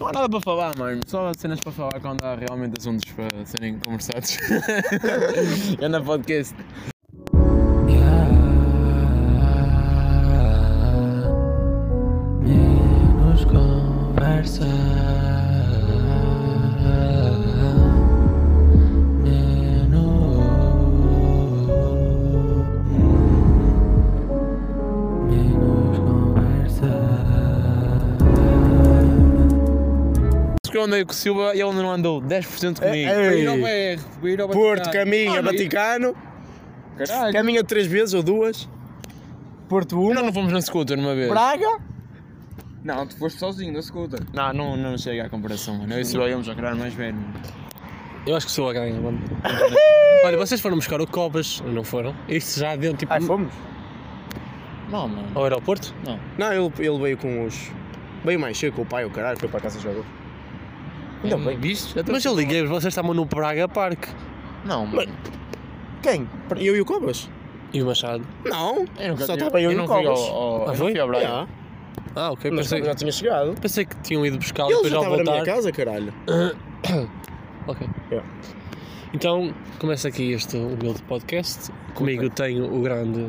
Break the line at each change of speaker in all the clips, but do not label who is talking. Não há nada para falar, mano. Só há cenas para falar quando há realmente assuntos para serem conversados. é na podcast.
Menos conversa. Menos- menos conversa.
Porque eu andei com o Silva e ele não andou 10%
É,
comigo.
Ei.
Para ir ao BR, para ir ao
Porto,
Vaticano.
caminha,
Ah,
Vaticano.
Caralho.
Caminha três vezes ou duas. Porto 1.
Nós não fomos na scooter uma vez.
Praga.
Não, tu foste sozinho na scooter.
Não, não, não chega à comparação, mano. Eu e o Silva íamos ao caralho mais velho. mano.
Eu acho que sou a ganha, mano. Olha, vocês foram buscar o Cobas, não foram? Isto já deu tipo
Ai, fomos.
Não, mano.
ao aeroporto?
Não, ele, ele veio com os. Veio mais cheio com o pai, o caralho, foi para a casa de jogador. Ainda bem.
Viste? Já tô-
Mas eu liguei-vos, vocês estavam no Praga Park.
Não, mano.
Quem? Eu e o Cobras?
E o Machado?
Não.
Eu nunca
Só
fui-
estava eu e o
não fui ao-
Cobras.
ao-
Ah,
eu
foi?
fui ao Braga.
Já.
Ah, ok.
Mas
Pensei,
já tinha chegado.
pensei que tinham ido buscar
Ele
depois
já
já
estava na minha
voltar.
casa, caralho.
Ok.
Yeah.
Então, começa aqui este humilde podcast. Comigo tenho o grande.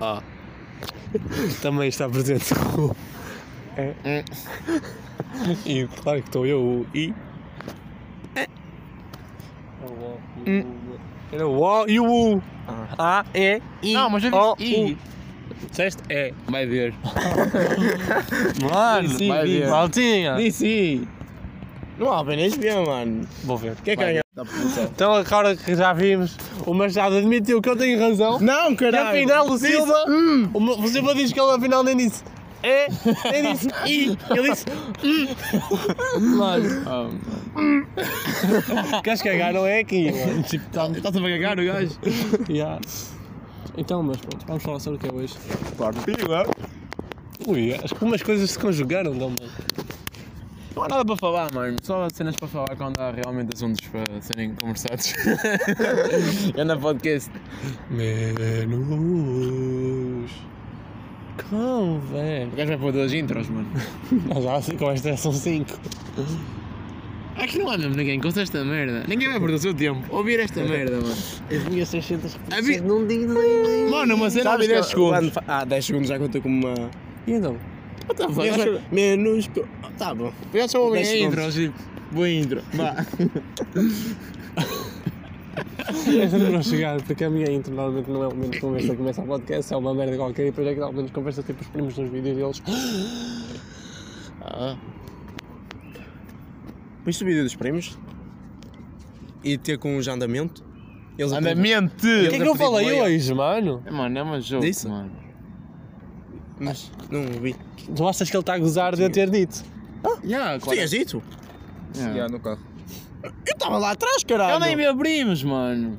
Ah. Também está presente o. É. E claro que estou eu, o I. É. Era o O e o U. Ah. A, E, I.
Não, mas eu
O,
disse I.
U. Disseste? É.
oh, Vai ver. Mano, vai ver.
Maltinha.
Disse.
é
Não há bem mesmo, mano.
Vou ver.
Quem é que ganha?
Então, agora que já vimos, o Machado admitiu que eu tenho razão.
Não,
E
caralho.
afinal o Silva, o, Ma- o Silva diz que ele afinal nem disse é, nem disse i, ele disse hum. Mano, queres cagar, não é aqui? mano.
Tipo, Estás tá, a cagar o gajo?
Yeah. Então, mas pronto, vamos falar sobre o que é hoje. Ui, acho que umas coisas se conjugaram, não, mano.
Não há nada para falar, mano. Só há cenas para falar quando há realmente assuntos para serem conversados. é na podcast.
Menos. Conversa.
O gajo vai pôr duas intros, mano.
Mas já assim, com esta são 5.
Aqui É não há mesmo ninguém com esta merda. Ninguém vai perder o seu tempo. Ouvir esta merda, mano.
As minhas 600
vi-
não digo nem.
Mano, uma cena
Sabes
de 10
que-
segundos.
quando fa- Ah, 10 segundos já contou como uma. Ah,
E então?
Menos- Menos. que- Ah, Tá bom.
Eu só ouvi
10
a intro, tipo. Boa intro. Vá.
Esta não chegar, porque a minha intro normalmente não é o menos conversa que começa a podcast, é uma merda qualquer e depois é que dá o menos conversa tipo os primos nos vídeos deles.
Ah.
Viste o vídeo dos primos? E ter com os andamento? Eles a-
O que é
Andamente!
que eu falei hoje, mano?
Mano, é uma jogo,
Disse?
mano.
Mas não vi. Tu
Tu achas que ele está a gozar de eu ter dito?
Yeah, claro.
tinhas dito? Ah.
Yeah.
no carro.
Eu estava lá atrás, caralho.
Eu nem me abrimos, mano.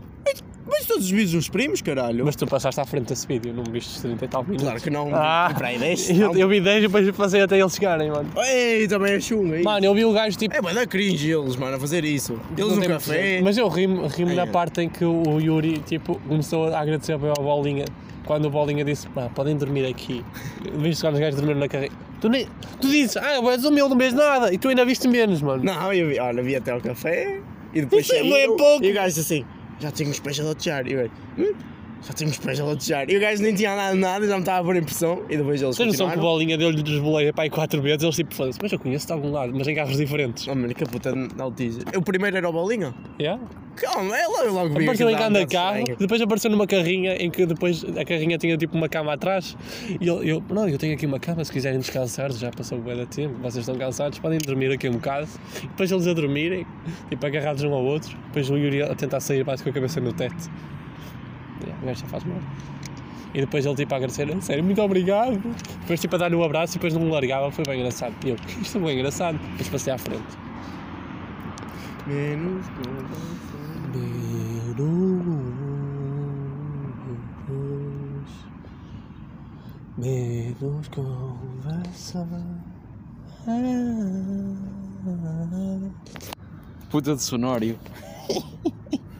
Viste todos os vídeos dos primos, caralho?
Mas tu passaste à frente desse vídeo, não viste os 30 e tal minutos.
claro que não.
Ah,
E para aí deixa.
eu, eu vi 10 e depois passei até eles chegarem, mano.
Ei, também é chunga. hein?
Mano, eu vi o gajo tipo.
É bué da cringe eles, mano, a fazer isso. Eles
não
no
tem
café.
muito- Mas eu rimo, rimo na
Ai, é.
parte em que o Yuri tipo, começou a agradecer bem ao Bolinha. Quando o Bolinha disse, pá, podem dormir aqui. Viste quando os gajos dormiram na carreira. Tu, nem, tu dizes, ah, és humilde, não vês nada. E tu ainda viste menos, mano.
Não, eu vi, olha, vi até o café. E depois
Isso é
saiu,
bué pouco.
E o gajo assim, já tenho os pés a latejar. E eu, hum? Já tenho os pés a latejar. E o gajo nem tinha nada, nada já me estava a pôr impressão. E depois eles
Tens noção que o
continuaram.
Bolinha deu-lhe dos boleias para aí quatro vezes? Eles tipo, foda-se, mas eu conheço de algum lado, mas em carros diferentes.
Oh, mano, que puta de autista. O primeiro era o Bolinha.
Yeah?
Calma, é logo, logo vi.
Apareceu em
aquilo,
cada
tá- tá
carro,
estranho.
depois apareceu numa carrinha em que depois a carrinha tinha tipo uma cama atrás e eu, eu não, eu tenho aqui uma cama, se quiserem descansar, já passou o bué da tempo, vocês estão cansados, podem dormir aqui um bocado. E depois eles a dormirem, tipo agarrados um ao outro, depois o Yuri a tentar sair bate com a cabeça no teto. Yeah, o gajo já faz mal. E depois ele tipo a agradecer, "Ah, sério, muito obrigado. Depois tipo a dar-lhe um abraço e depois não me largava, foi bem engraçado. E eu, isto é bem engraçado, depois passei à frente.
Menos.
Menos, menos conversa.
Puta de sonório.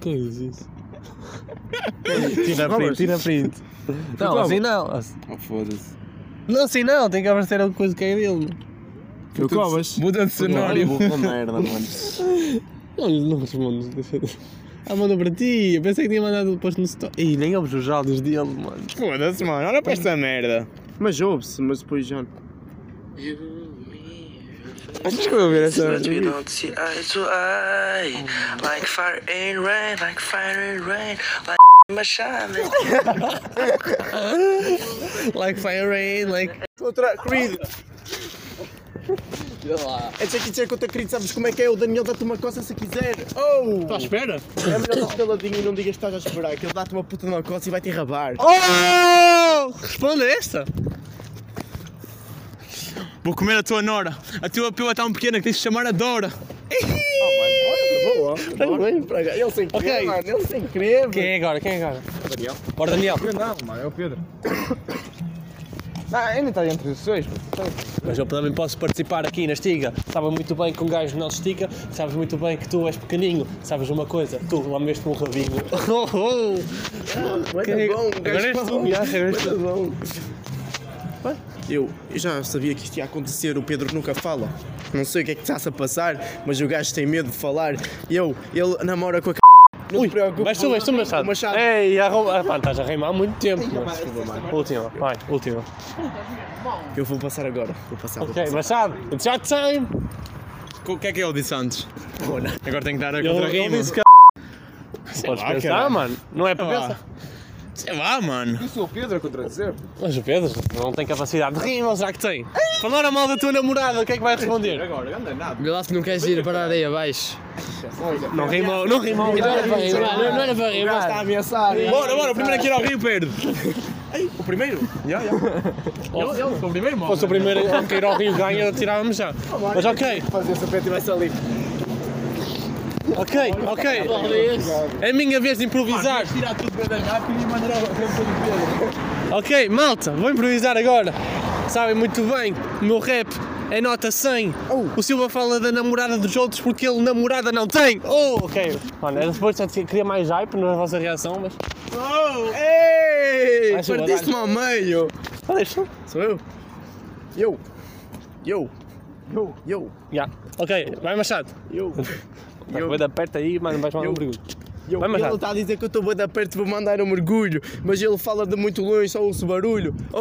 Que é isso? tira a print, tira a print. Não,
Cobras.
assim não.
Oh, foda-se.
Não, assim não, tem que aparecer alguma coisa que é dele.
Eu covas.
Muda de
Olha,
cenário.
burro, merda, mano.
Não, não respondo. Ah, mandou para ti. Eu pensei que tinha mandado depois no story. Ih, nem ouves os áudios dele, mano.
Foda-se, mano. Olha para esta merda. Mas ouve-se, mas depois já. Achas que eu vou ouvir essa
But we
merda?
don't see eye to eye. Like fire and rain, like fire and rain, like machine.
Like fire rain, like.
Outra, querido. Esse aqui É dizer que eu te querido, sabes como é que é? O Daniel dá-te uma coça se quiser. Oh!
À espera?
É melhor estás caladinho e não digas que estás a esperar, que ele dá-te uma puta na coça e vai-te enrabar.
Oh! Responde a esta.
Vou comer a tua nora. A tua pila tão pequena que tens de chamar a Dora.
Oh,
Tá
Boa! Parabéns para cá. Ele sem querer,
Ok.
mano. Ele sem querer.
Quem é agora? Quem é agora?
Daniel.
Bora, Daniel. é
Ah, ainda está entre os dois.
Tá Mas eu também posso participar aqui na Estiga. Sabes muito bem que um gajo não se estica, sabes muito bem que tu és pequenino. Sabes uma coisa, tu lameste um rabinho. Oh, oh.
é
Olha, bom,
um
o gajo
Agora és tu, já, agora és tu.
bom. Pá, Eu, eu já sabia que isto ia acontecer, o Pedro nunca fala. Não sei o que é que está-se a passar, mas o gajo tem medo de falar. E Eu, ele namora com a c... Não
Ui,
te preocupes.
vais tu, vais tu, Machado.
O Machado.
Ei, a rouba. Ah, pá, estás a reimar há muito tempo. Mas... Última, vai, última.
Eu vou passar agora. Vou passar,
Oh,
vou
Ok,
passar.
Machado, it's your time.
O que é que ele disse antes?
Olha.
Agora tenho que dar a
Ele, ele
contra-rima.
disse que. Podes
lá,
pensar,
caralho.
mano. Não é para
Sei lá.
pensar.
Sei lá, mano.
Isso é o Pedro a contradizer.
Mas o Pedro não tem capacidade de rima, ou será que tem? Falaram mal da tua namorada, o que é que vai responder?
Agora, anda nada.
Vê lá se não queres ir para a areia abaixo.
Não rimou, não rimou.
Não era para rimar, não não era para
O gajo está a
rimar.
ameaçar.
Bora, bora, o primeiro aqui ir ao Rio, Pedro.
O primeiro?
Se fosse o primeiro a cair ao Rio ganha, tirávamos já.
Ah,
Mas ok,
Fazer se o Pedro estivesse ali.
ok, ok. É a minha vez de improvisar.
Tirar tudo bem rápido e mandar ao Pedro.
Ok, malta, vou improvisar agora. Sabem muito bem, o meu rap é nota 100.
Oh.
O Silva fala da namorada dos outros porque ele namorada não tem. Oh, ok. Mano, era suposto que queria mais hype na vossa reação, mas.
Ei,
Vai, Silva,
partiste-me ao meio.
Ah, deixa.
Sou eu. Eu. Eu. Eu. Eu.
Já. Ok, vai Machado.
Eu.
Tá, Vai da perto aí, mano, vais mandar um
Eu.
brilho.
Eu, tá
Vai, mas já.
ele está a dizer que eu estou bem da perto, vou mandar um mergulho, mas ele fala de muito longe, só ouço barulho. Oh,